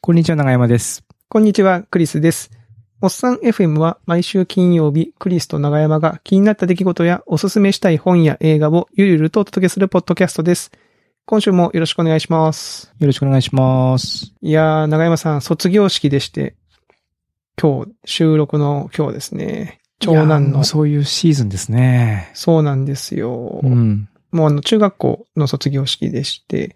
こんにちは、長山です。こんにちは、クリスです。おっさん FM は毎週金曜日、クリスと長山が気になった出来事やおすすめしたい本や映画をゆるゆるとお届けするポッドキャストです。今週もよろしくお願いします。よろしくお願いします。いやー、長山さん、卒業式でして、今日、収録の今日ですね。長男いやもの。うそういうシーズンですね。そうなんですよ。うん。もうあの、中学校の卒業式でして、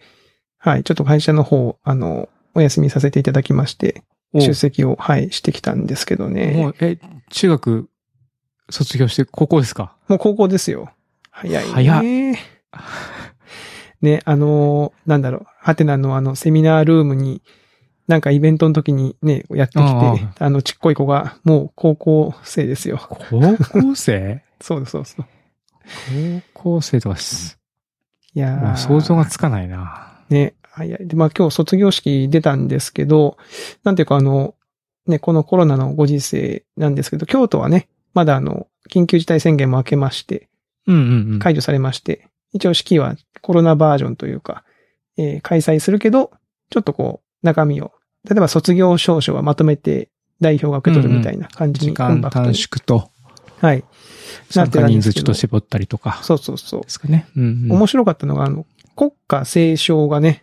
はい、ちょっと会社の方、あの、お休みさせていただきまして、お出席を、はい、してきたんですけどね。もう、え、中学卒業して高校ですかもう高校ですよ。早い、ね。早い。 ね、あのーなんだろう、ハテナのあの、セミナールームに、なんかイベントの時にね、やってきて、ああの、ちっこい子が、もう高校生ですよ。高校生そうです、そうです。高校生とかす、いやもーう想像がつかないな。ね、早い。で、まあ今日卒業式出たんですけど、なんていうかあの、ね、このコロナのご時世なんですけど、京都はね、まだあの、緊急事態宣言も明けまして、うんうんうん。解除されまして、一応式はコロナバージョンというか、えー開催するけど、ちょっとこう、中身を、例えば卒業証書はまとめて代表が受け取るみたいな感じ時にコ間ンパクト短に。縮と、はい。な参って加たん人です数けちょどっと絞ったりとか。そうそうそうで。すかね。うん、うん。面白かったのが、あの、国歌斉唱がね、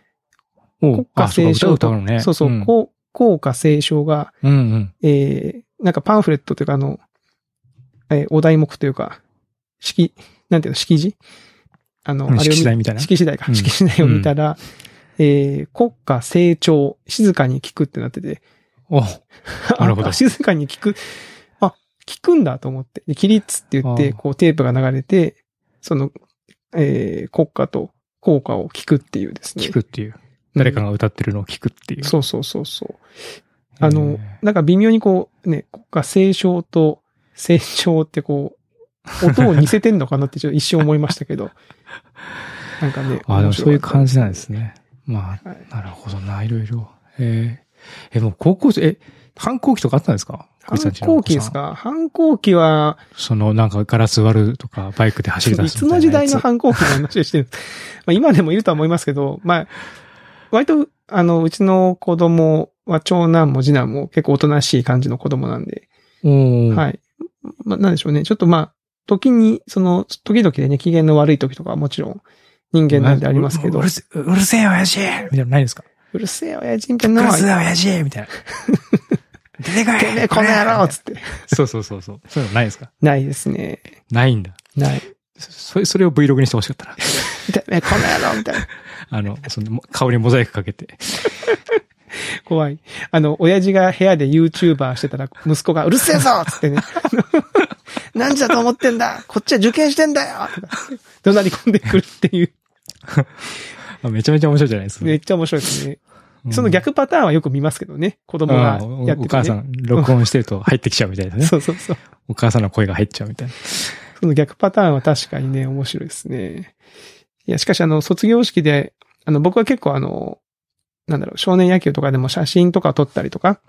国国歌斉唱歌と、うのね。そうそう、んこう国歌斉唱が、うんうん。えー、なんかパンフレットというか、あの、えーお題目というか、式、なんていうの、式辞あの、うんあれを式次見第みたいな。式次第かう。ん式次第を見たら、えー、国家成長、静かに聞くってなってて。お、 なるほどあ 静かに聞く。あ、聞くんだと思って。で、起立って言っあて、ーこうテープが流れて、その、えー、国家と効果を聞くっていうですね。聞くっていう。誰かが歌ってるのを聞くっていう。そうそうそうそう。へーあの、なんか微妙にこう、ね、国家成長と成長ってこう、音を似せてんのかなってちょっと一瞬思いましたけど。 なんかね。。ああ、でもそういう感じなんですすね。まあ、はいなるほどな、いろいろ。えーえ、もう高校生、え、反抗期とかあったんですか反抗期ですか反抗期は、その、なんかガラス割るとか、バイクで走り出いすつみたのい時なや代つ。の反抗期の話をしてるんです まあ今でもいるとは思いますけど、まあ、割と、あの、うちの子供は長男も次男も結構おとなしい感じの子供なんで、おーはい。まあ、なんでしょうね。ちょっとまあ、時に、その、時々でね、機嫌の悪い時とかはもちろん人間なんでありますけうど、うるせうるせえ、親父みたいなのないですかるせえ親父みたいうなのるは、せてえ、親父み たいな。出てこいめえこの野郎っつって。そうそうそうそう。そういうのないですかないですね。ないんだ。ない。それ、それを Vlog にしてほしかったな。てめえこの野郎みたいな。あの、その、顔にモザイクかけて。怖い。あの、親父が部屋で YouTuber してたら、息子がうるせえぞつってね。 何時だと思ってんだこっちは受験してんだよとか怒鳴り込んでくるっていう。あめちゃめちゃ面白いじゃないですか。めっちゃ面白いですね。うんその逆パターンはよく見ますけどね。子供ああがやってて、ね。お母さん、録音してると入ってきちゃうみたいなね。そうそうそう。お母さんの声が入っちゃうみたいな。その逆パターンは確かにね、面白いですね。いや、しかしあの、卒業式で、あの、僕は結構あの、なんだろう、少年野球とかでも写真とか撮ったりとか、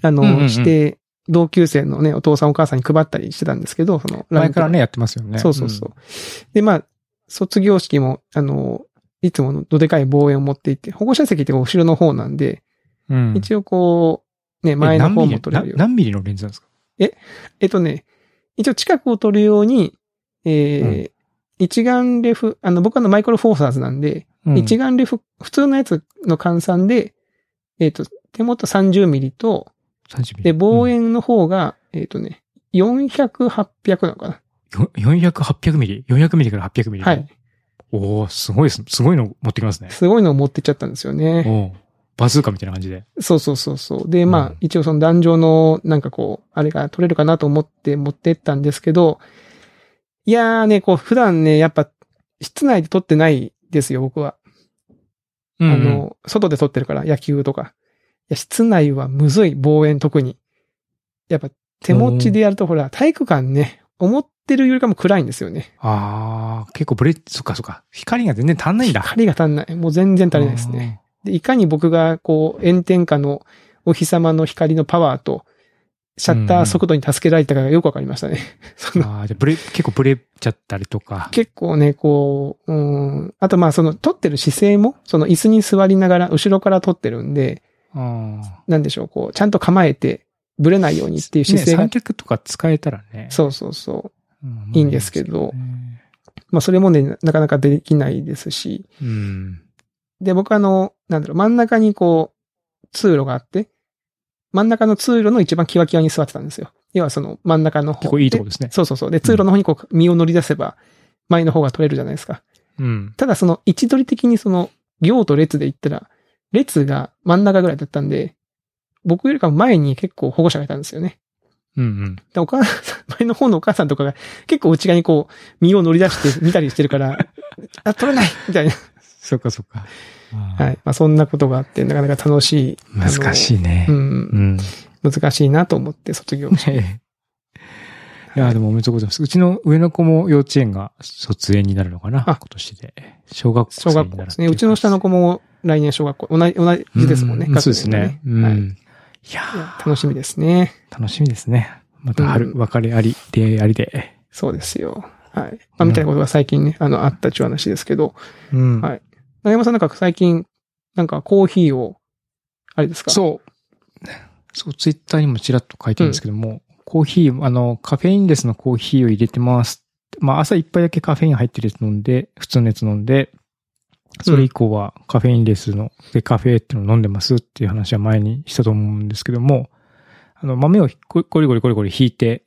あの、うんうんうんして、同級生のね、お父さんお母さんに配ったりしてたんですけど、その、前からランクね、やってますよね。そうそうそう。で、まあ、卒業式も、あの、いつものどでかい望遠を持っていて、保護者席ってこう後ろの方なんで、うん。うん一応こう、ね、前の方も撮れるよえ何ミリの何何ミリのレンズなんですかえっとね、一応近くを撮るように、えー一眼レフ、あの、僕はあのマイクロフォーサーズなんで、うん一眼レフ、普通のやつの換算で、えっ、と、手元30ミリと、 30ミリで、望遠の方が、えっ、とね、400、800なのかうんよ400、800ミリ ?400 ミリから800ミリ。なはい。。おおすごいです。すごいの持ってきますね。すごいのを持ってっちゃったんですよね。おーバズーカみたいな感じで。そうそうそうそう。で、まうあん、一応その壇上の、なんかこう、あれが撮れるかなと思って持ってったんですけど、いやーね、こう、普段ね、やっぱ、室内で撮ってないですよ、僕は。ああ、の、外で撮ってるから、野球とか。いや、室内はむずい、望遠特に。やっぱ、手持ちでやると、ほら、体育館ね、思ってるよりかも暗いんですよね。あー結構ブレ、そっかそっか。光が全然足んないんだ。光が足んない。もう全然足りないですね。で、いかに僕が、こう、炎天下のお日様の光のパワーと、シャッター速度に助けられたかがよくわかりましたね。あそー。の、あーじゃあブレ、結構ブレちゃったりとか。結構ね、こう、うん、あとまあその撮ってる姿勢も、その椅子に座りながら後ろから撮ってるんで、あなんでしょう、こう、ちゃんと構えて、ブレないようにっていうあ。ね、姿勢が、三脚とか使えたらね。そうそうそう。うんまあいいんですけどねまあ、それもね、なかなかできないですし、うん。で、僕あの、なんだろう、真ん中にこう、通路があって、真ん中の通路の一番キワキワに座ってたんですよ。要はその真ん中の方。結構いいとこですねで。そうそうそう。で、通路の方にこう、身を乗り出せば、前の方が取れるじゃないですか。うん。ただその位置取り的にその、行と列で言ったら、列が真ん中ぐらいだったんで、僕よりか前に結構保護者がいたんですよね。うんうん。でお母さん、 前の方のお母さんとかが結構内側にこう、身を乗り出して見たりしてるから、あ、取れない みたいな。そっかそっか。はい。まあそんなことがあって、なかなか楽しい難しいねう。、うんん。 難しいなと思って卒業。ねいや、でもおめでとうございます。うちの上の子も幼稚園が卒園になるのかなあ今年で。小学校小学校ですね。うちの下の子もも来年小学校、同じ、同じですもんね。学年がそうですね。うはいん。いやいやー楽しみですね。楽しみですね。またう春、ん別れあり、出会いありで。そうですよ。はい。まあ、うんみたいなことが最近ね、あの、あったっちゅう話ですけど、うんはい長山さんなんか最近、なんかコーヒーを、あれですかう。そう。そう、ツイッターにもちらっと書いてるんですけども、コーヒー、あの、カフェインレスのコーヒーを入れてます。まあ、朝一杯だけカフェイン入ってるやつ飲んで、普通のやつ飲んで、それ以降はカフェインレスのデカフェっていうのを飲んでますっていう話は前にしたと思うんですけども、あの、豆をゴリゴリゴリゴリゴリ引いて、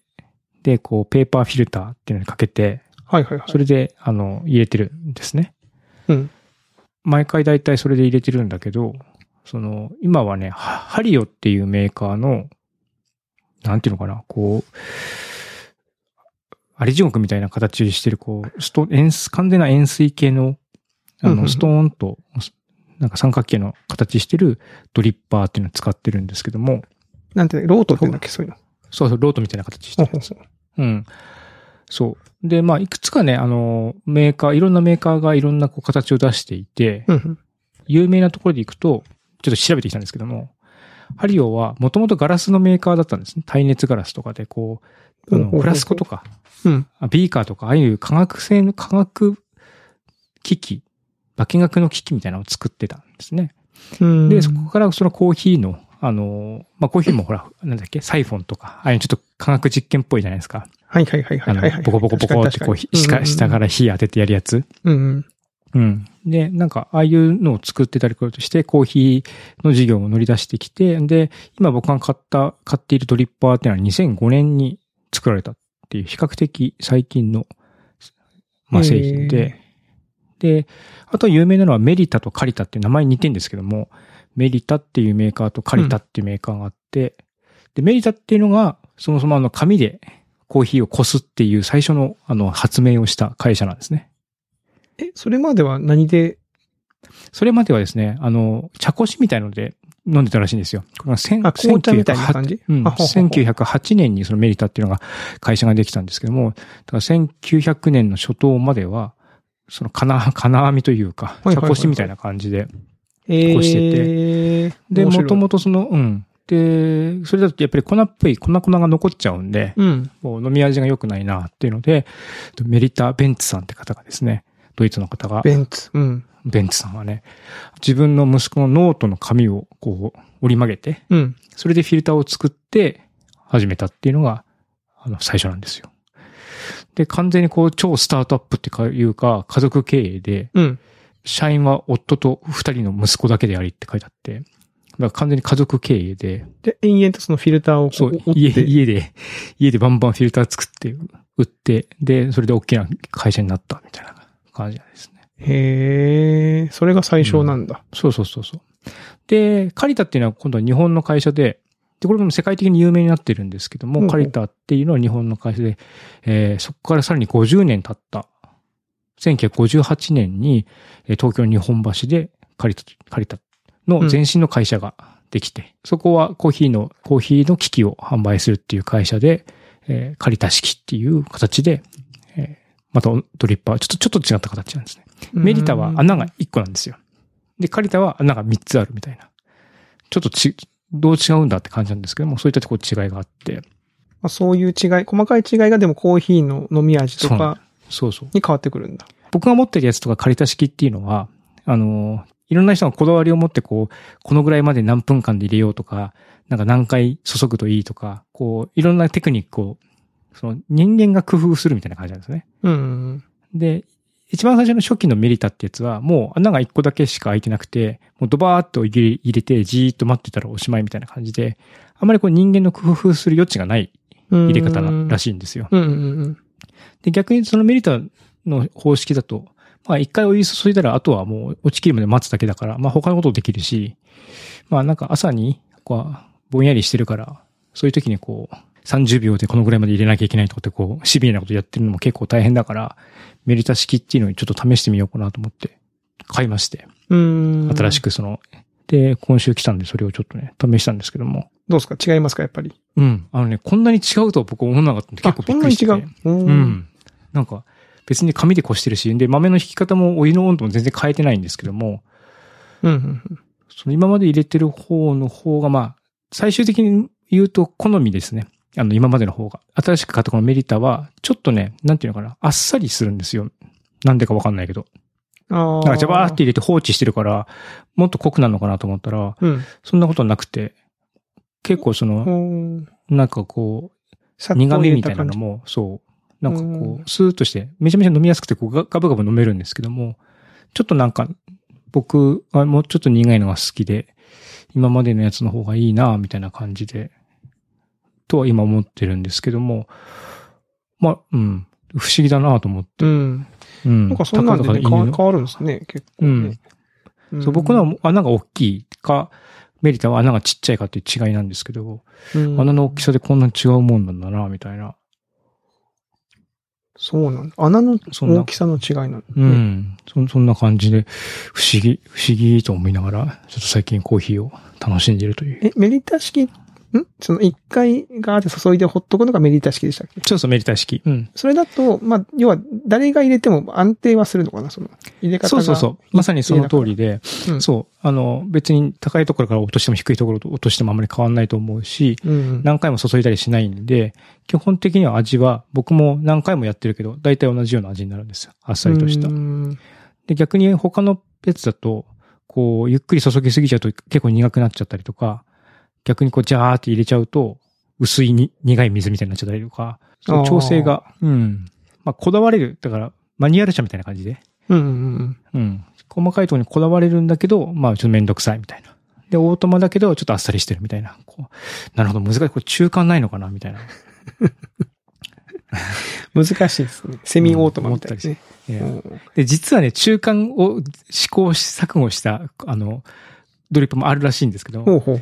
で、こう、ペーパーフィルターっていうのにかけて、はいはいはい。それで、あの、入れてるんですね。うん。毎回大体それで入れてるんだけど、その、今はね、ハハリオっていうメーカーの、なんていうのかな、こう、アリ地獄みたいな形してる、こう、スト円す完全な円錐形の、あうんうんうの、んストーンと、なんか三角形の形してるドリッパーっていうのを使ってるんですけども、なんて、ロートって言うんだっけ、そういうの。そうそう、ロートみたいな形してほうるほうほううん。そう。で、まあ、いくつかね、あの、メーカー、いろんなメーカーがいろんなこう形を出していて、うんうん。有名なところで行くと、ちょっと調べてきたんですけども、ハリオはもともとガラスのメーカーだったんですね。耐熱ガラスとかで、こう、あほうほうのほうフラスコとか、うん。あビーカーとか、ああいう化学性の化学機器、化学の機器みたいなのを作ってたんですね。うんで、そこからそのコーヒーの、あの、まあ、コーヒーもほら、なんだっけ、サイフォンとか、ああいうちょっと化学実験っぽいじゃないですか。はいはいはいはあいのはいはい。、ボコボコボコってこう、確かに確か下に下から火当ててやるやつ。うんうん。うん。で、なんか、ああいうのを作ってたりとして、コーヒーの事業も乗り出してきて、で、今僕が買った、買っているドリッパーっていうのは2005年に作られたっていう、比較的最近の、まあ、へー製品で、で、あと有名なのはメリタとカリタっていう名前似てるんですけども、メリタっていうメーカーとカリタっていうメーカーがあって、で、メリタっていうのが、そもそもあの紙でコーヒーをこすっていう最初のあの発明をした会社なんですね。え、それまでは何で、それまではですね、あの、茶こしみたいので飲んでたらしいんですよ。これが千あ、紅茶みたいな感じうん、あほうほうほう1908年にそのメリタっていうのが会社ができたんですけども、だから1900年の初頭までは、その金、 金網というか、いはい茶はいはいこしみたいな感じで。えこうしてて。で、もとももとその、うん。で、それだとやっぱり粉っぽい、粉粉が残っちゃうんで、うん。もう飲み味が良くないなっていうので、メリタ・ベンツさんって方がですね、ドイツの方が、ベンツ。うん。ベンツさんはね、自分の息子のノートの紙をこう折り曲げて、うん。それでフィルターを作って始めたっていうのが、あの、最初なんですよ。で、完全にこう、超スタートアップっていうか、家族経営で、うん。社員は夫と二人の息子だけでありって書いてあって、だから完全に家族経営で、で、延々とそのフィルターをこそう、折家、って。家で、家でバンバンフィルター作って、売って、で、それで大きな会社になったみたいな感じなんですね。へえ、それが最初なんだ。そうそうそうそう。で、カリタっていうのは今度は日本の会社で、で、これも世界的に有名になってるんですけども、うんうんカリタっていうのは日本の会社で、えーそこからさらに50年経った、1958年に、えー東京の日本橋でカリタ、カリタの前身の会社ができて、そこはコーヒーの、コーヒーの機器を販売するっていう会社で、えーカリタ式っていう形で、えーまたドリッパー、ちょっと、ちょっと違った形なんですね。メリタは穴が1個なんですよ。で、カリタは穴が3つあるみたいな。ちょっとち、どう違うんだって感じなんですけども、そういったとこ違いがあって。まあ、そういう違い、細かい違いがでもコーヒーの飲み味とそうなかそうそう。に変わってくるんだ。僕が持ってるやつとかカリタ式っていうのは、あの、いろんな人がこだわりを持ってこう、このぐらいまで何分間で入れようとか、なんか何回注ぐといいとか、こう、いろんなテクニックを、その人間が工夫するみたいな感じなんですね。うん。で、一番最初の初期のメリタってやつは、もう穴が一個だけしか開いてなくて、もうドバーっと入れ入れて、じーっと待ってたらおしまいみたいな感じで、あまりこう人間の工夫する余地がない入入れ方ならしい。しいんですよ。うんうんうん。で、逆にそのメリタの方式だと、まあ一回お湯注いだら、あとはもう落ちきるまで待つだけだから、まあ他のことできるし、まあなんか朝に、こう、ぼんやりしてるから、そういう時にこう、30秒でこのぐらいまで入れなきゃいけないとかってこう、シビアなことやってるのも結構大変だから、メリタ式っていうのにちょっと試してみようかなと思って、買いまして、うん。新しく。くその、で、今週来たんでそれをちょっとね、試したんですけども。どうですか違いますかやっぱり。うん。あのね、こんなに違うとは僕思わなかったんで結構びっくりして。あそんなに違う。うう。ん。なんか、別に紙でこしてるし、で、豆の引き方もお湯の温度も全然変えてないんですけども、うんうんうん。その今まで入れてる方の方が、まあ、最終的に言うと好みですね。あの、今までの方が。新しく買ったこのメリタは、ちょっとね、なんていうのかな、あっさりするんですよ。なんでかわかんないけど。ああ。なんか、ジャバーって入れて放置してるから、もっと濃くなるのかなと思ったら、うん。そんなことなくて、結構その、うん。なんかこう、さっと苦味入れみたいな感のじ。も、そう、なんかこうんう、スーッとして、めちゃめちゃ飲みやすくて、こうガガブガブ飲めるんですけども、ちょっとなんか、僕はもうちょっと苦いのが好きで、今までのやつの方がいいな、みたいな感じで、とは今思ってるんですけども、まあ、うん、不思議だなと思って。うん。うん。なんかそんなんでね、た変かわが犬変わるんですね、結構ね。んそう僕のは穴が大きいか、メリタは穴がちっちゃいかっていう違いなんですけど、うん穴の大きさでこんなに違うもんなんだな、みたいな。そうなんだ。穴のそんな大きさの違いなんだね。うん。そそんな感じで、不思議、不思議と思いながら、ちょっと最近コーヒーを楽しんでいるという。え、メリタ式んその一回ガーって注いでほっとくのがメリタ式でしたっけそうそう、メリタ式。うん。それだと、まあ、要は誰が入れても安定はするのかなその入れ方が。そうそうそう。まさにその通りで、うんそう。あの、別に高いところから落としても低いところと落としてもあまり変わんないと思うし、う。うん。何回も注いだりしないんで、基本的には味は、僕も何回もやってるけど、大体同じような味になるんですよ。あっさりとしたう。んで、逆に他のやつだと、こう、ゆっくり注ぎすぎちゃうと結構苦くなっちゃったりとか、逆にこう、ジャーって入れちゃうと、薄いに苦い水みたいになっちゃったりとか、そう調整が、うん。まあ、こだわれる。だから、マニュアル車みたいな感じで。うんうんうん。うん。細かいところにこだわれるんだけど、まあ、ちょっとめんどくさいみたいな。で、オートマだけど、ちょっとあっさりしてるみたいな。こう、なるほど、難しい。これ中間ないのかなみたいな。 難しいですね。セミオートマみたいですね。えーうんで、実はね、中間を試行し錯誤した、あの、ドリップもあるらしいんですけど、ほうほう。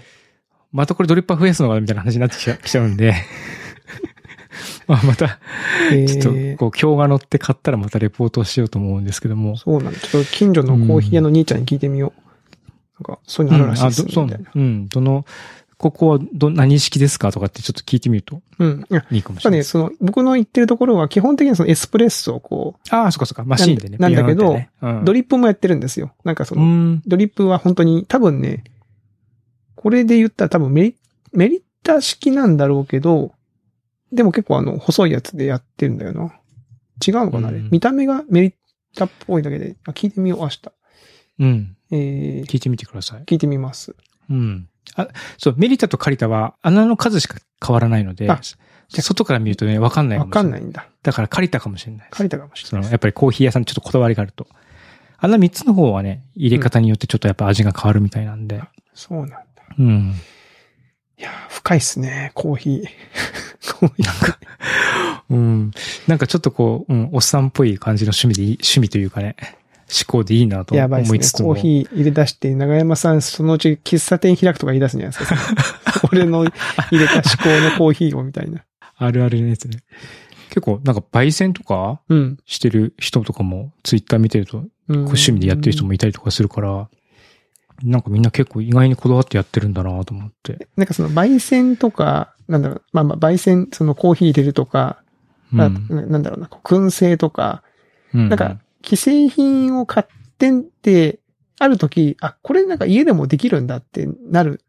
またこれドリッパー増やすのかみたいな話になってきちゃきちゃうんで。 まあまた、えちょっーと、こう、今日が乗って買ったらまたレポートをしようと思うんですけども。そうなんだ。ちょっと近所のコーヒー屋の兄ちゃんに聞いてみよう。なんか、そういうのあるらしいですねうんあどみそたういな。うん。どの、ここはど、何式ですかとかってちょっと聞いてみるとうん。いや、いいかもたしれないだね、です。その、僕の言ってるところは基本的にはそのエスプレッソをこああ、そっかそっか。マシーンでね。なんだピアノっなんてだね、うう、ん、ドリップもやってるんですよ。なんかそうの、ん。ドリップは本当に、多分ね、これで言ったら多分メリ、メリッタ式なんだろうけど、でも結構あの、細いやつでやってるんだよな。違うのかなあれ。うん見た目がメリッタっぽいだけで、あ、聞いてみよう、明日。うん。えー、聞いてみてください。聞いてみます。うん。あ、そう、メリタとカリタは穴の数しか変わらないのであ、外から見るとね、わかんないわかんい。ないんだ。だからカリタかもしれないです借りたかもしれそないの、。やっぱりコーヒー屋さんちょっとこだわりがあると。あんな三つの方はね、入れ方によってちょっとやっぱ味が変わるみたいなんで。そうなんだ。うん。いやー、深いっすね、コーヒー。 コーヒー。うん。なんかちょっとこう、うん、おっさんっぽい感じの趣味でいい、趣味というかね、思考でいいなとやばいっす思ね。いつつコも。ーヒー入れ出して、長山さん、そのうち喫茶店開くとか言い出すんじゃないですか。 俺の入れた思考のコーヒーをみたいな。あるあるのやつね。結構なんか焙煎とかうん。してる人とかも、ツイッター見てると、こううん趣味でやってる人もいたりとかするから、なんかみんな結構意外にこだわってやってるんだなと思って。なんかその、焙煎とか、なんだろう、まあまあ、焙煎、そのコーヒー入れるとか、うん。あななんだろうな、こう燻製とか、ななんか、既製品を買ってんって、ある時、あ、これなんか家でもできるんだってなる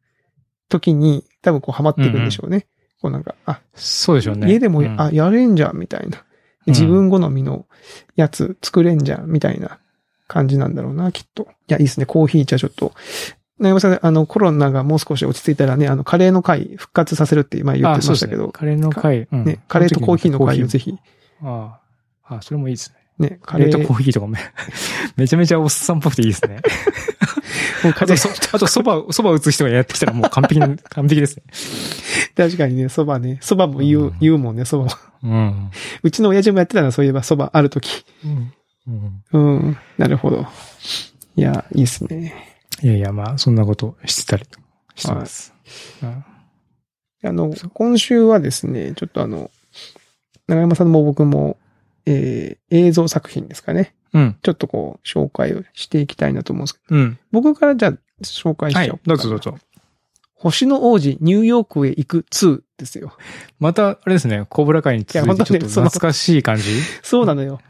時に、多分こうハマっていくんでしょうね。こうなんか、あ、そうでしょうね。家でも、うんあ、やれんじゃん、みたいな。うん自分好みのやつ作れんじゃん、みたいな感じなんだろうな、きっと。いや、いいですね。コーヒーじゃちょっと。なやまさん、あの、コロナがもう少し落ち着いたらね、あの、カレーの会復活させるって今言ってましたけあそうですねど、カレーの会。うんね、カレーとコーヒーの会をぜひ。ひ、ああ、あそれもいいですね。ね、カカレレーーとコーヒーとかめ、 めちゃめちゃおっさんっぽくていいです ね。もうカあレとー、そ、あとそば、そば打つ人がやってきたらもう完璧 な、完璧ですね。 確かにね、そばね、そばも言う、うん言うもんね、そばも。うん。うちの親父もやってたな、そういえば、そばあるとき。うん。うん、なるほど。いや、いいですね。いやいや、まあ、そんなことしてたりとかしてます。うんあの、今週はですね、ちょっとあの、長山さんも僕も、えー、映像作品ですかね。うん。ちょっとこう、紹介をしていきたいなと思うんですけど、うん。僕からじゃあ、紹介しちゃはおうい。どうぞどうぞ。星の王子、ニューヨークへ行く2ですよ。 また、あれですね、コブラ会に続いやい本当てねちょっとその懐かしい感じそうなのよ。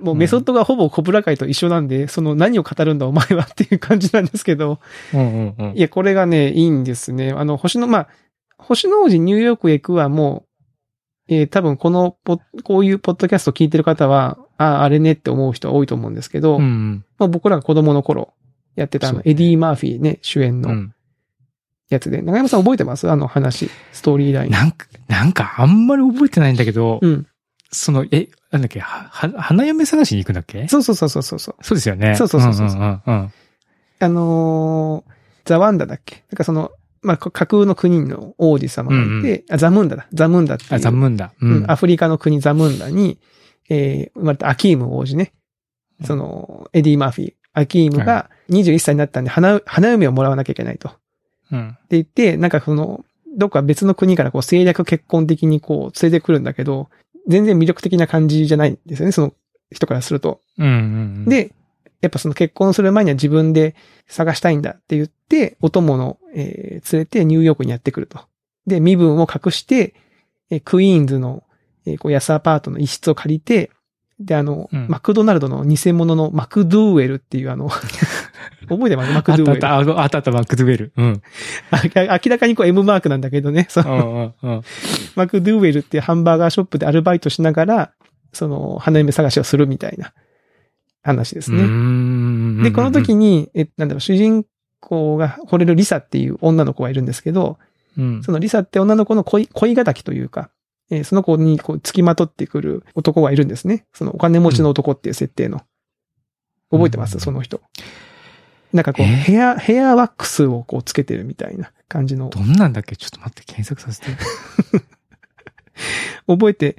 もううんメソッドがほぼ小倉会と一緒なんで、その何を語るんだお前はっていう感じなんですけど、うんうんうんい。や、これがね、いいんですね。あの、星の、まあ、星の王子ニューヨークへ行くはもう、えー多分このポッ、こういうポッドキャスト聞いてる方は、ああ、あれねって思う人は多いと思うんですけど、うんうん。まあ、僕らが子供の頃やってたあの、そうエディ・マーフィーね、主演うのん。やつで、長山さん覚えてますあの話、ストーリーライン。なんか、なんかあんまり覚えてないんだけど、うん。その、え、なんだっけ、は、は花嫁探しに行くんだっけそうそうそうそうそうそう。そうですよね。そうそうそうそううんうんうんうん。あのーザワンダだっけなんかその、まあ、か架空の国の王子様がいて、あザムンダだ。ザムンダっていう。あ、ザムンダ。う。うんんアフリカの国ザムンダに、えー生まれたアキーム王子ね。その、エディ・マーフィー。アキームが21歳になったんで、花、花嫁をもらわなきゃいけないと。ってうん。言って、なんかその、どっか別の国からこう政略結婚的にこう連れてくるんだけど、全然魅力的な感じじゃないんですよね、その人からすると。うんうん。、で、やっぱその結婚する前には自分で探したいんだって言って、お供の、えー連れてニューヨークにやってくると。で、身分を隠して、えークイーンズの、えーこう安アパートの一室を借りて、で、あの、うんマクドナルドの偽物のマクドゥーエルっていう あの、覚えてますマあクっドゥたーあエっル。た、ああったあった、マックドゥエル。うん。あ明らかにこう M マークなんだけどね、そうう、んうん うん。マクドゥーエルってハンバーガーショップでアルバイトしながら、その、花嫁探しをするみたいな話ですね。ねで、この時、に、え、なんだろう、主人公が惚れるリサっていう女の子がいるんですけど、うんそのリサって女の子の恋、恋敵というか、えーその子にこう、付きまとってくる男がいるんですね。そのお金持ちの男っていう設定の。うん覚えてますうんその人。なんかこう、えーヘア、ヘアワックスをこう、つけてるみたいな感じの、どんなんだっけちょっと待って、検索させて。覚えて、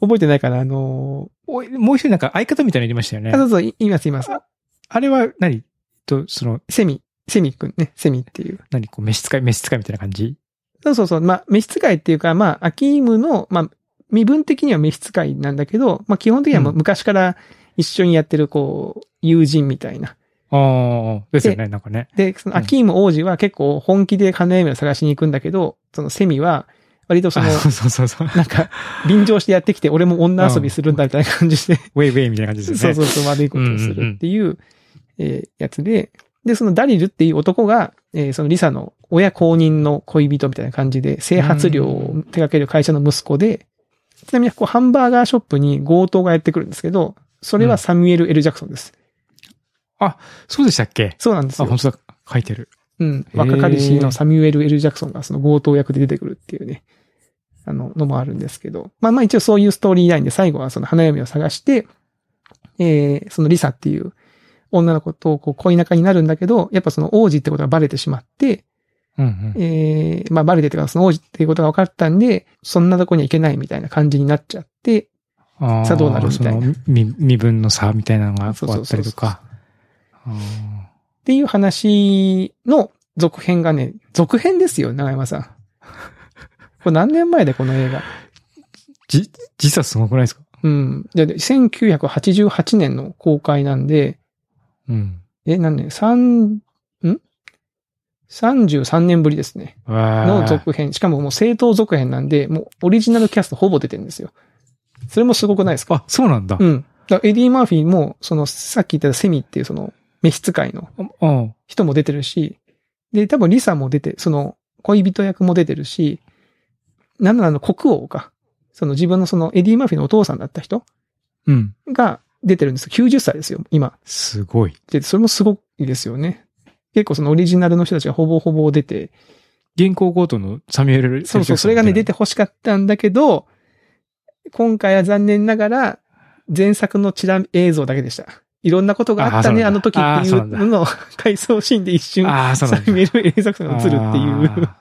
覚えてないかなあのおいもう一人なんか相方みたいなのいましたよねーあ、。そうそう、いいます、います。あれは何、と、その、セミ、セミくんね、セミっていう。何こう、召使い、召使いみたいな感じそうそうそう。まあ、召使いっていうか、まあ、アキームの、まあ、身分的には召使いなんだけど、まあ、基本的にはもううん昔から一緒にやってる、こう、友人みたいな。ああ、ですよでね、なんかね。で、そのうんアキーム王子は結構本気で金嫁を探しに行くんだけど、そのセミは、割とそ のあ、そうそうそうそう。なんか、便乗してやってきて、俺も女遊びするんだみたいな感じで、 ウェイウェイみたいな感じですそうね。そうそう、悪いことをするっていう、えーやつで、で、そのダリルっていう男が、えーそのリサの親公認の恋人みたいな感じで、整髪料を手掛ける会社の息子で、ちなみにこうハンバーガーショップに強盗がやってくるんですけど、それはサミュエル・ L ・ジャクソンです。そうでしたっけそうなんですあ、よ本。当だ。書いてる。うん。へー若かりしのサミュエル・ L ・ジャクソンがその強盗役で出てくるっていうね、あの、のもあるんですけど。まあまあ一応そういうストーリーラインで最後はその花嫁を探して、えー、そのリサっていう女の子とこう恋仲になるんだけど、やっぱその王子ってことがバレてしまって、うんうん。えー、まあバレてっていうかその王子っていうことが分かったんで、そんなとこには行けないみたいな感じになっちゃって、あーさあどうなるみたいなその身身分の差みたいなのがそうこそううあそうったそうりとか。あっていう話の続編がね、続編ですよ、長山さん。これ何年前でこの映画。ーじ、時差すごくないですかうん。で、で1988年の公開なんで、うん。え、何年三、ん ?33 年ぶりですね。わのあ。続編。しかももう正当続編なんで、もうオリジナルキャストほぼ出てるんですよ。それもすごくないですかあ、そうなんだ。うん。だからエディ・マーフィーも、その、さっき言ったセミっていうその、召使いのあうん。人も出てるし、で、多分リサも出て、その、恋人役も出てるし、なんならあの、国王か。その自分のその、エディ・マーフィーのお父さんだった人うん。が出てるんです。90歳ですよ、今。すごい。で、それもすごいですよね。結構そのオリジナルの人たちがほぼほぼ出て、銀行強盗のサミュエル・そうそう、それがね、出て欲しかったんだけど、今回は残念ながら、前作のチラ映像だけでした。いろんなことがあったね、あああの時っていそうなうんだのの、回想シーンで一瞬、ああ、そうなサ んだ。ミュエル・エイザクさんが映るっていうあ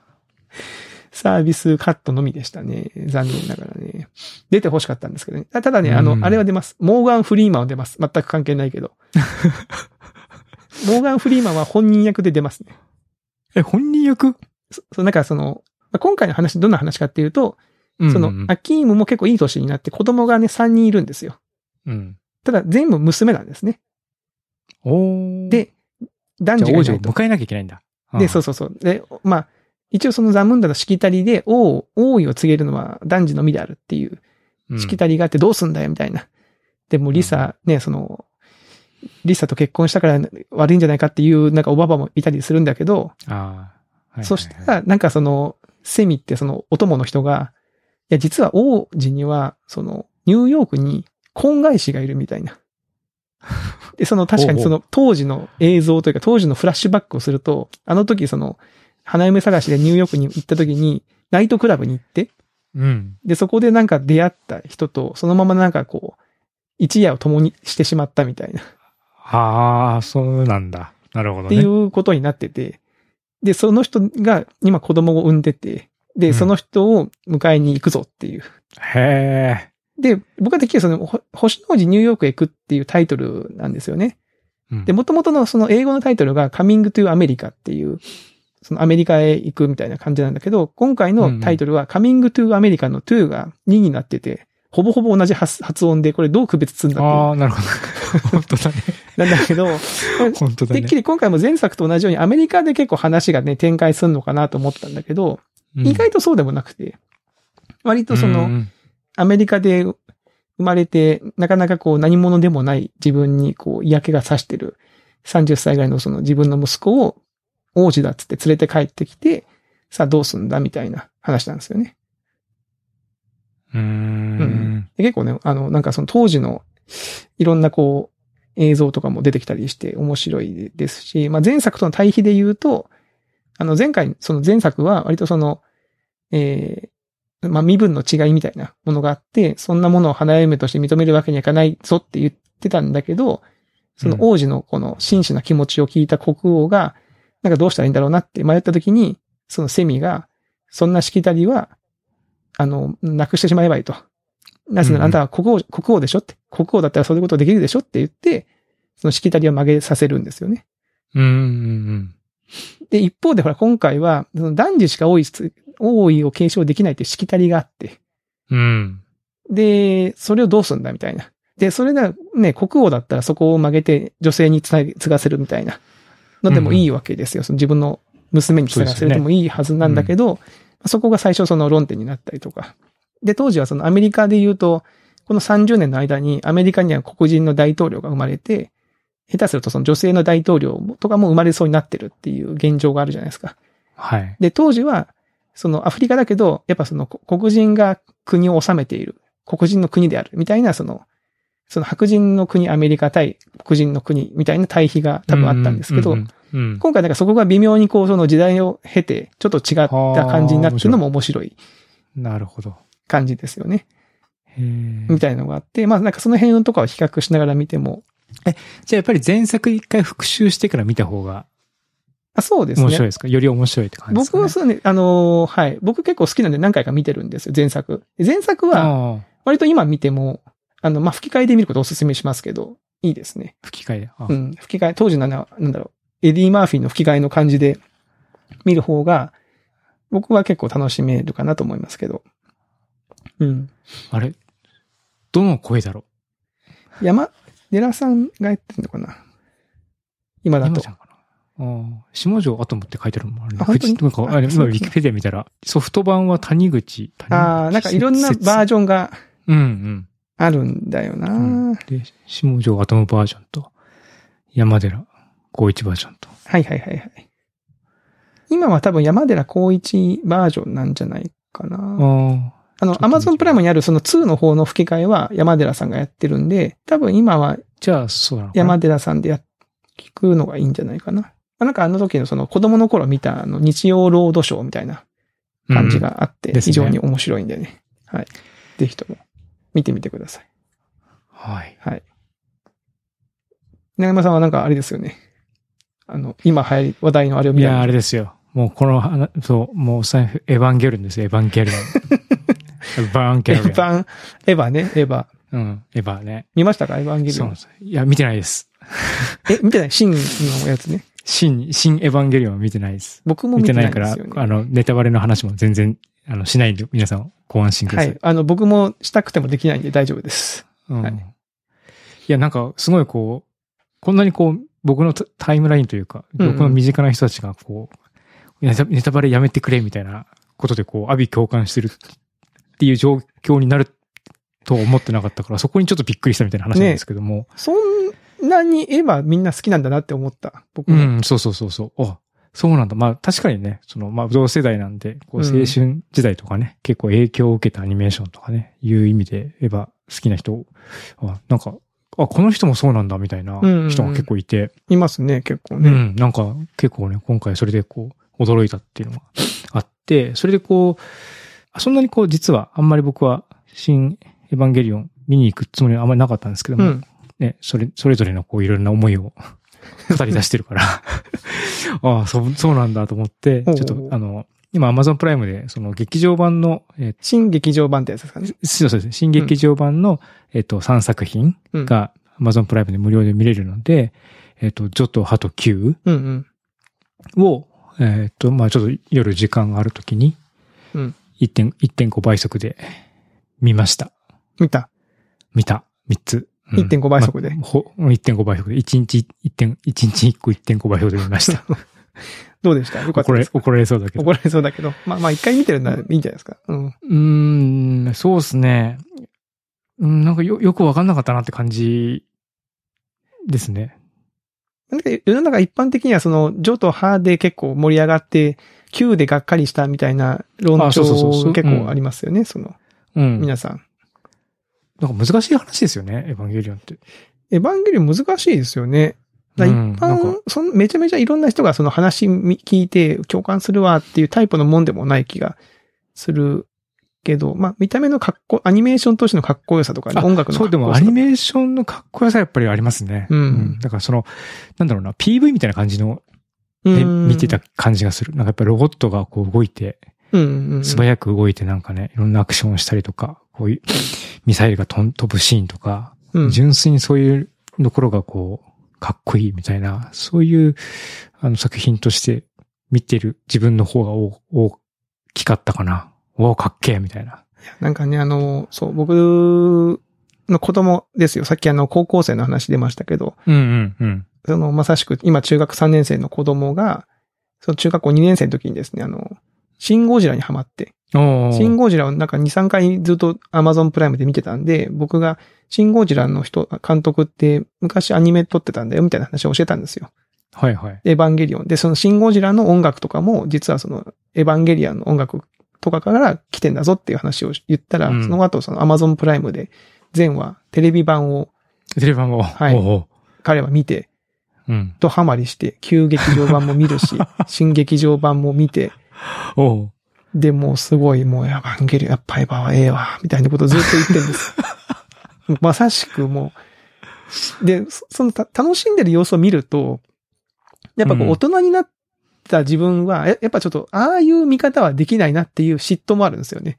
サービスカットのみでしたね。残念ながらね。出て欲しかったんですけどね。あただね、あの、うんあれは出ます。モーガン・フリーマンは出ます。全く関係ない けど。モーガン・フリーマンは本人役で出ますね。ー。え、本人役そそう、なんかその、まあ今回の話、どんな話かっていうと、その、うんアキームも結構いい年になって子供がね、3人いるんですよ。うん。ただ、全部娘なんですね。おーで、男じゃあ女が王い女なをいと。迎えなきゃいけないんだ。で、そううそうそう。で、まあ、一応そのザムンダのしきたりで、王を、王位を告げるのは男児のみであるっていううん。しきたりがあってどうすんだよ、みたいな。でも、リサ、ね、その、リサと結婚したから悪いんじゃないかっていう、なんかおばばもいたりするんだけど、ああ。そしたら、ら、なんかその、セミってその、お供の人が、いや、実は王子には、その、ニューヨークに婚外子がいるみたいな。で、その、確かにその、当時の映像というか、当時のフラッシュバックをすると、あの時その、花嫁探しでニューヨークに行った時に、ナイトクラブに行って、うん。で、そこでなんか出会った人と、そのままなんかこう、一夜を共にしてしまったみたいな、ああ、そうなんだ。なるほどってね。いうことになってて、で、その人が今子供を産んでて、うで、んその人を迎えに行くぞっていう。へえ。で、僕ができるその、ほ星の王子ニューヨークへ行くっていうタイトルなんですよね。うんで、元々のその英語のタイトルが Coming to America っていう、そのアメリカへ行くみたいな感じなんだけど、今回のタイトルは Coming to America の to が2になってて、ほぼほぼ同じ発発音で、これどう区別するんだっていうああ、なるほど。 本当だね。なんだ けど、本当だてね。っきり今回も前作と同じようにアメリカで結構話がね、展開するのかなと思ったんだけど、うん意外とそうでもなくて、割とそうんうの、んアメリカで生まれて、なかなかこう何者でもない自分にこう嫌気がさしてる30歳ぐらいのその自分の息子を王子だっつって連れて帰ってきて、さあどうすんだみたいな話なんですよね。うーん。で結構ね、あの、なんかその当時のいろんなこう、映像とかも出てきたりして面白いですし、まあ、前作との対比で言うと、あの前回、その前作は割とその、えーまあ、身分の違いみたいなものがあって、そんなものを花嫁として認めるわけにはいかないぞって言ってたんだけど、その王子のこの真摯な気持ちを聞いた国王が、なんかどうしたらいいんだろうなって迷った時に、そのセミが、そんなしきたりは、あの、なくしてしまえばいいと。なぜうんうなんらあなたは国王、国王でしょって、国王だったらそういうことできるでしょって言って、そのしきたりを曲げさせるんですよね。うんうんで、一方でほら、今回は、その男児しか王位つ、王位を継承できないっていうしきたりがあって、うん。うん。で、それをどうすんだみたいな。で、それなら、ね、国王だったらそこを曲げて女性につなぎ、継がせるみたいなのでもいいわけですよ。その自分の娘につながせるでもいいはずなんだけど、そこが最初その論点になったりとか。で、当時はそのアメリカで言うと、この30年の間にアメリカには黒人の大統領が生まれて、下手するとその女性の大統領とかも生まれそうになってるっていう現状があるじゃないですか。はい。で、当時は、そのアフリカだけど、やっぱそのこ黒人が国を治めている、黒人の国である、みたいな、その、その白人の国アメリカ対黒人の国みたいな対比が多分あったんですけど、うんうんうん。今回なんかそこが微妙にこうその時代を経て、ちょっと違った感じになってるのも面白いうんなるほど。感じですよね。へーみたいなのがあって、まあなんかその辺のとかを比較しながら見ても、じゃあやっぱり前作一回復習してから見た方があそうですね。面白いですかより面白いって感じですか僕ね。はそうね、あのーはい。僕結構好きなんで何回か見てるんですよ、前作。前作は、は、割と今見ても、あの、まあ、吹き替えで見ることをお勧めしますけど、いいですね。吹き替えで。あうん。吹き替え、当時のな、なんだろう、エディ・マーフィーの吹き替えの感じで見る方が、僕は結構楽しめるかなと思いますけど。うん。あれどの声だろ山、寺さんがやってるのかな今うだ山とちゃ。んかなああ、下条アトムって書いてあるもんあるね。あ本当に藤なんか、あれ、今、あそうウかィキペディア見たら、ソフト版は谷口。ああ、なんかいろんなバージジョンがョン。うんあるんだよな。うん。で、下条アトムバージョンと、山寺光一バージョンと。はいはいはいはい。今は多分山寺宏一バージョンなんじゃないかな。ああ、あの、アマゾンプライムにあるその2の方の吹き替えは山寺さんがやってるんで、多分今はじゃあ、そうなのかな山寺さんでや、聞くのがいいんじゃないかな。まあ、なんかあの時のその子供の頃見たあの日曜ロードショーみたいな感じ。うんがあって、ですね非常に面白いんでね。はい。ぜひとも見てみてください。はい。はい。長山さんはなんかあれですよね。あの、今流行り、話題のあれをい見や、たあれですよ。もうこの話、そう、もうおっさん、エヴァンゲルンですよ、エヴァン ゲルン。エヴァンゲエルン。ヴァン、エヴァね、エヴァ。うん、エヴァね。見ましたかエヴァンゲリそオうなんンで。す。いや、見てないです。え、見てないシンのやつね。新、新エヴァンゲリオンは見てないです。僕も見見てなてないいかから、ら、あの、ネタバレの話も全然、あの、しないんで、皆さん、ご安心くだはさい。い。あの、僕もしたくてもできないんで大丈夫です。うんはいい、や、なんか、すごいこう、こんなにこう、僕のタタイムラインというか、うんうん僕の身近な人たちがこう、ネタネタバレやめてくれみたいなことでこう、阿ビ共感してるっていう状況になると思ってなかったから、そこにちょっとびっくりしたみたいな話なんですけども。そんなにエヴァみんな好きなんだなって思った。僕うも。ん、そうそうそうそう。あ、そうなんだ。まあ確かにね、その、まあ同世代なんで、こううん青春時代とかね、結構影響を受けたアニメーションとかね、いう意味で、エヴァ好きな人、あなんか、あ、この人もそうなんだみたいなうんうんうん人が結構いて、いますね、結構うんね。なんか結構ね、今回それでこう、驚いたっていうのがあって、それでこうあ、そんなにこう、実はあんまり僕は、新エヴァンゲリオン見に行くつもりはあんまりなかったんですけどうも、ん。ね、それ、それぞれのこういろんな 思いを語り出してるから、 ああ、そう、そうなんだと思って、ちおょうっとあの、今 Amazon プライムで、その劇場版の、えー新劇場版ってやつですかね。そうそうですね、新劇場版の、えっと、3作品うん。が Amazon プライムで無料で見れるので、えっと、ジョとハと Q うんうん。を、えっと、まあちょっと夜時間があるときに、うん1.5 1.5倍速で見ました。見た。見た。3つ。うん1.5倍速でまあほ1.5倍速で。1日1.1日1個1.5倍速で見 ました。どうでしたよかっ怒たらでれす、か怒られそうだけど。怒られそうだけど。まあまあ、一回見てるならいいんじゃないですか。うん。うーん、そうですね。うん、なんかよ、よくわかんなかったなって感じですね。なんか世の中一般的にはその、ジョとハで結構盛り上がって、Q でがっかりしたみたいな論あ調そうそうそうそう結構ありますよね、その、うん。皆さん。なんか難しい話ですよね、エヴァンゲリオンって。エヴァンゲリオン難しいですよね。だからうん一なん般、かそのめちゃめちゃいろんな人がその話み聞いて共感するわっていうタイプのもんでもない気がするけど、まあ見た目のかっこ、アニメーションとしてのかっこよさとかね、あ音楽のそかう、っこでもよアさとニか。メーションのかっこよさやっぱりありますね。うんだからその、なんだろうな、PV みたいな感じの、うでん見てた。感じがする。なんかやっぱりロボットがこう動いて、うんうんうん。素早く動いてなんかね、いろんなアクションをしたりとか、こういうミサイルが飛ん飛ぶシーンとか、うん純粋にそういうところがこう、かっこいいみたいな、そういうあの作品として見てる自分の方がお大きかったかな。おお、かっけえみたいな。なんかね、あの、そう、僕の子供ですよ。さっきあの、高校生の話出ましたけど、うんうんうん。その、まさしく今中学3年生の子供が、その中学校2年生の時にですね、あの、シンゴジラにハマって、おシンーゴジラをなんか2、3回ずっと Amazon プライムで見てたんで、僕がシンゴジラの人、監督って昔アニメ撮ってたんだよみたいな話を教えたんですよ。はいはい。エヴァンゲリオン。で、そのシンゴジラの音楽とかも、実はそのエヴァンゲリアンの音楽とかから来てんだぞっていう話を言ったら、うんその後その Amazon プライムで全話、テレビ版をテレビ版も、はいおーお彼は見て、ーうん。ドハマりして、旧劇場版も見る し、新劇場版も見て、おおで、もうすごい、もうエヴァンゲリオン、やっぱエヴァはええわ、みたいなことをずっと言ってる んです。まさしくもう。で、そそのた楽しんでる様子を見ると、やっぱこううん大人になった自分は、ややっぱちょっと、ああいう見方はできないなっていう嫉妬もあるんですよね。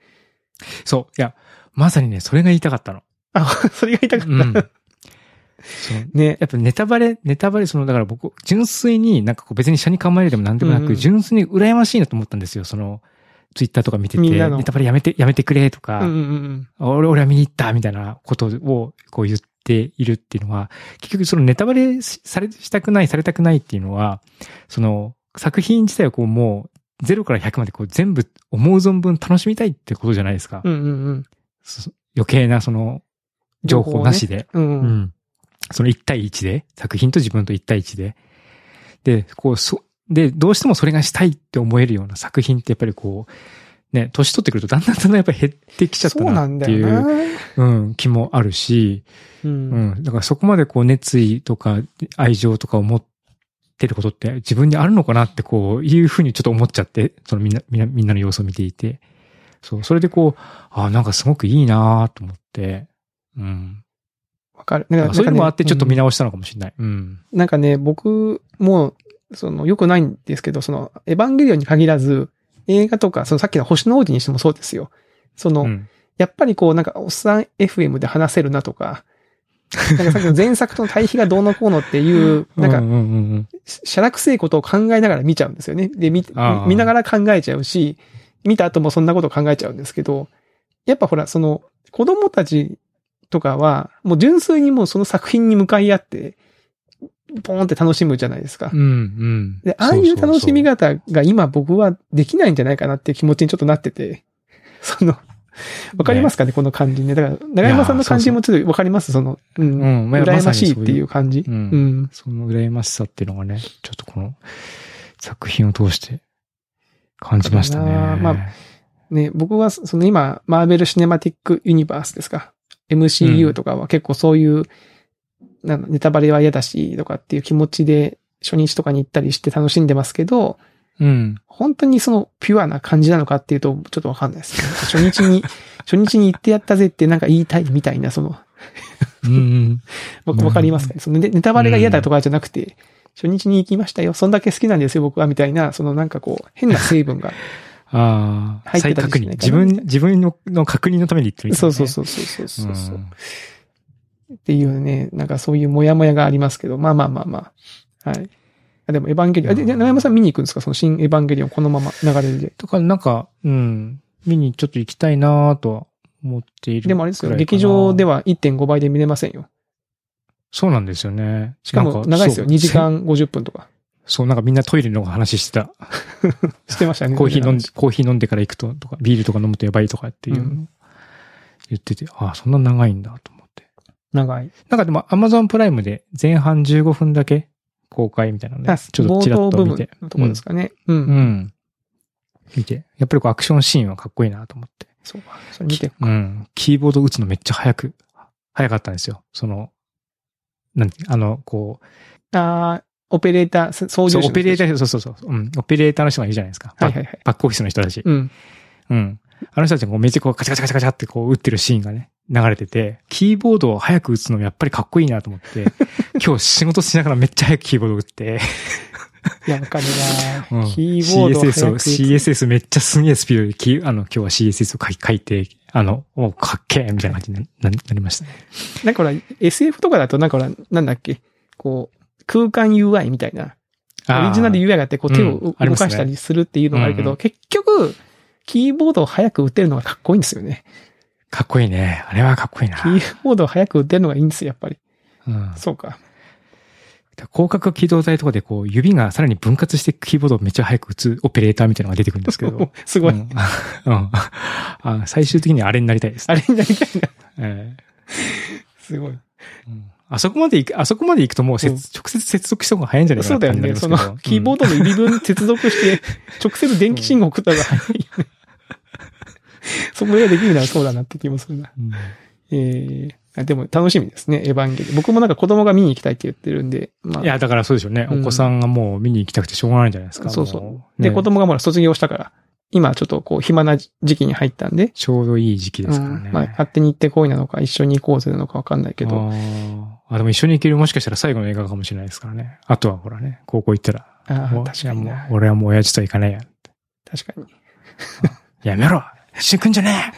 そう。いや、まさにね、それが言いたかったの。あ、 それが痛かった。うん。 そうね。やっぱネタバレ、ネタバレ、その、だから僕、純粋になんかこう別に社に構えるでも何でもなうんうく、ん純粋に羨ましいなと思ったんですよ。その、ツイッターとか見てて、みんなのネタバレやめて、やめてくれとうか、んうんうん。俺、俺は見に行ったみたいなことをこう言っているっていうのは、結局そのネタバレしされ、したくない、されたくないっていうのは、その、作品自体をこうもう、0から100までこう全部思う存分楽しみたいってことじゃないですか。うんうんうん。そ余計なその、情報なしで。ううん。うん。ん。その1対1で、作品と自分と1対1で。で、こう、そ、で、どうしてもそれがしたいって思えるような作品ってやっぱりこう、ね、年取ってくるとだんだんだんだんやっぱり減ってきちゃったそうななっんてだいうよな。うん、気もあるし、う。うんん。だからそこまでこう熱意とか愛情とかを持ってることって自分にあるのかなってこういうふうにちょっと思っちゃって、そのみんな、みんな、みんなの様子を見ていて。そう、それでこう、あなんかすごくいいなと思って。うん。わかる。なだんかからそういうのもあってちょっと見な、直したのかもしれない。うん。うんなんかね、僕も、その、よくないんですけど、その、エヴァンゲリオンに限らず、映画とか、そのさっきの星の王子にしてもそうですよ。その、うん。やっぱりこう、なんか、おっさん FM で話せるなとか、なんかさっきの前作との対比がどうのこうのっていう、なんうか、んうんうんうん、しゃらくせえことを考えながら見ちゃうんですよね。で、見、あー見ながら考えちゃうし、見た後もそんなこと考えちゃうんですけど、やっぱほら、その、子供たちとかは、もう純粋にもうその作品に向かい合って、ポーンって楽しむじゃないですかうん、う。ん。で、ああいう楽しみが、方が今僕はできないんじゃないかなっていう気持ちにちょっとなってて、その、わかりますかねこの感じね。だから、長山さんの感じもちょっとわかりますその、う、うんん、まあ羨ましいさっ。てにそいうう感じ。ううんん。その羨ましさっていうのがね、ちょっとこの作品を通して感じましたね。あーまあね、僕はその今、マーベル・シネマティック・ユニバースですか。う MCU んとかは結構そういう、なんだネタバレは嫌だし、とかっていう気持ちで初日とかに行ったりして楽しんでますけど、うん。本当にそのピュアな感じなのかっていうと、ちょっとわかんないです。初日 に、初日に行ってやったぜってなんか言いたいみたいな、その、うんうん。わうんわかりますかね。そのネネタバレが嫌だとかじゃなくて、初日に行きましたよ。そんだけ好きなんですよ、僕は、みたいな、そのなんかこう、変な 成分が。ああ、入っ再てたり確しな認。いかな自分、自分のの確認のために言ってみたいそなねうそうそうそうそうそう。んっていうね、なんかそういうモヤモヤがありますけど、まあまあまあまあ。はい。あでも、エヴァンゲリオン。あで、で長山さん見に行くんですかその新エヴァンゲリオン、このまま流れで。だからなんか、うん、見にちょっと行きたいなとは思っているでもあれですくよ、らいか劇な場で。は1.5倍で見れませんよ。そうなんですよね。ししかも、長いですよ。2時。そう間50分とか。そう、なんかみんなトイレの話してた。してましたね。コーヒー飲んでで、コーヒー飲んでから行くと、とか、ビールとか飲むとやばいとかっていううのを言ってて、ああ、そんな長いんだと思って。長い。なんかでも Amazon プライムで前半15分だけ公開みたいなので、あちょっとちらっと見冒頭部分て。のところですかね。うん。うん。うん見て。やっぱりこうアクションシーンはかっこいいなと思って。そうか。それ見て。うん。キーボード打つのめっちゃ早く、早かったんですよ。その、なんて、あの、こあーオペレーター、操う、そ縦者う、のオペレータ人ー、そうそうそう、うん、オペレーターの人がいるじゃないですか。はいはいはい。バックオフィスの人たち。うん。うん。あの人たちがこうめっちゃこうカチャカチャカチャカチャってこう打ってるシーンがね、流れてて、キーボードを早く打つのもやっぱりかっこいいなと思 って、今日仕事しながらめっちゃ早くキーボード打って、いや、わかるうな、ん キーボード CSS を、を CSS めっちゃすげえスピードでキー、あの、今日は CSS を書い書いて、あの、おかっけえみたいな感じになななりましたね。なんかほら、SF とかだとなんかほら、なんだっけ、こう、空間 UI みたいな、あーオリジナル UI があって、こう手をうん動ありかますねしたりするっていうのがあるけうんうど、結局、キーボードを早く打てるのがかっこいいんですよね。かっこいいね。あれはかっこいいな。キーボードを早く打てるのがいいんですよ、やっぱり。うん。そうか。広角機動隊とかでこう、指がさらに分割してキーボードをめっちゃ早く打つオペレーターみたいなのが出てくるんですけど。 すすごい。うん。うんあ最終的にあれになりたいです。あれになりたいな。ええすごい。うんあそこまで行く、あそこまで行くともう接、うん直接接続した方が早いんじゃないかそなうってだよ感じになりね。ますけそど。の、キーボードの指分接続して、直接電気信号送ったら早いよね。 そこができるならそうだなって気もするな。うんえー、でも楽しみですね、エヴァンゲリオン。僕もなんか子供が見に行きたいって言ってるんで、まあ。いや、だからそうでしょうね。うんお子さんがもう見に行きたくてしょうがないんじゃないですか。そうそうもねで、子供がまだ卒業したから、今ちょっとこう暇な時期に入ったんで、ちょうどいい時期ですからうね。んまあ勝手に行ってこいなのか、一緒に行こうぜなのかわかんないけあど、ーあ、でも一緒に行けるもしかしたら最後の映画かもしれないですからね。あとはほらね、高校行ったら。あーもう確かにいやなもう俺はもう親父とは行かないや。確かに。やめろ一緒に来んじゃね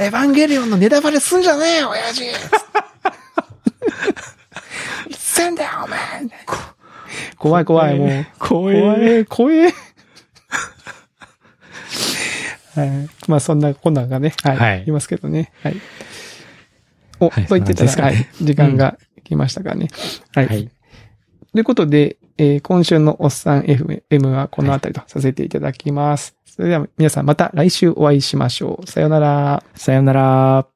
えエヴァンゲリオンのネタバレすんじゃねえよ、 親父せんだよ、お前怖い怖い、もう。怖怖い。え、怖 え。はい。まあそんな、こんなんがね、はい。はいいますけどね。はい。お、はいと言ってたら、そんなはんですい。時間が来ましたかね。はい。はい。ということで、えー今週のおっさん FM はこのあたりとさせていただきます。それでは皆さんまた来週お会いしましょう。さようなら。さよなら。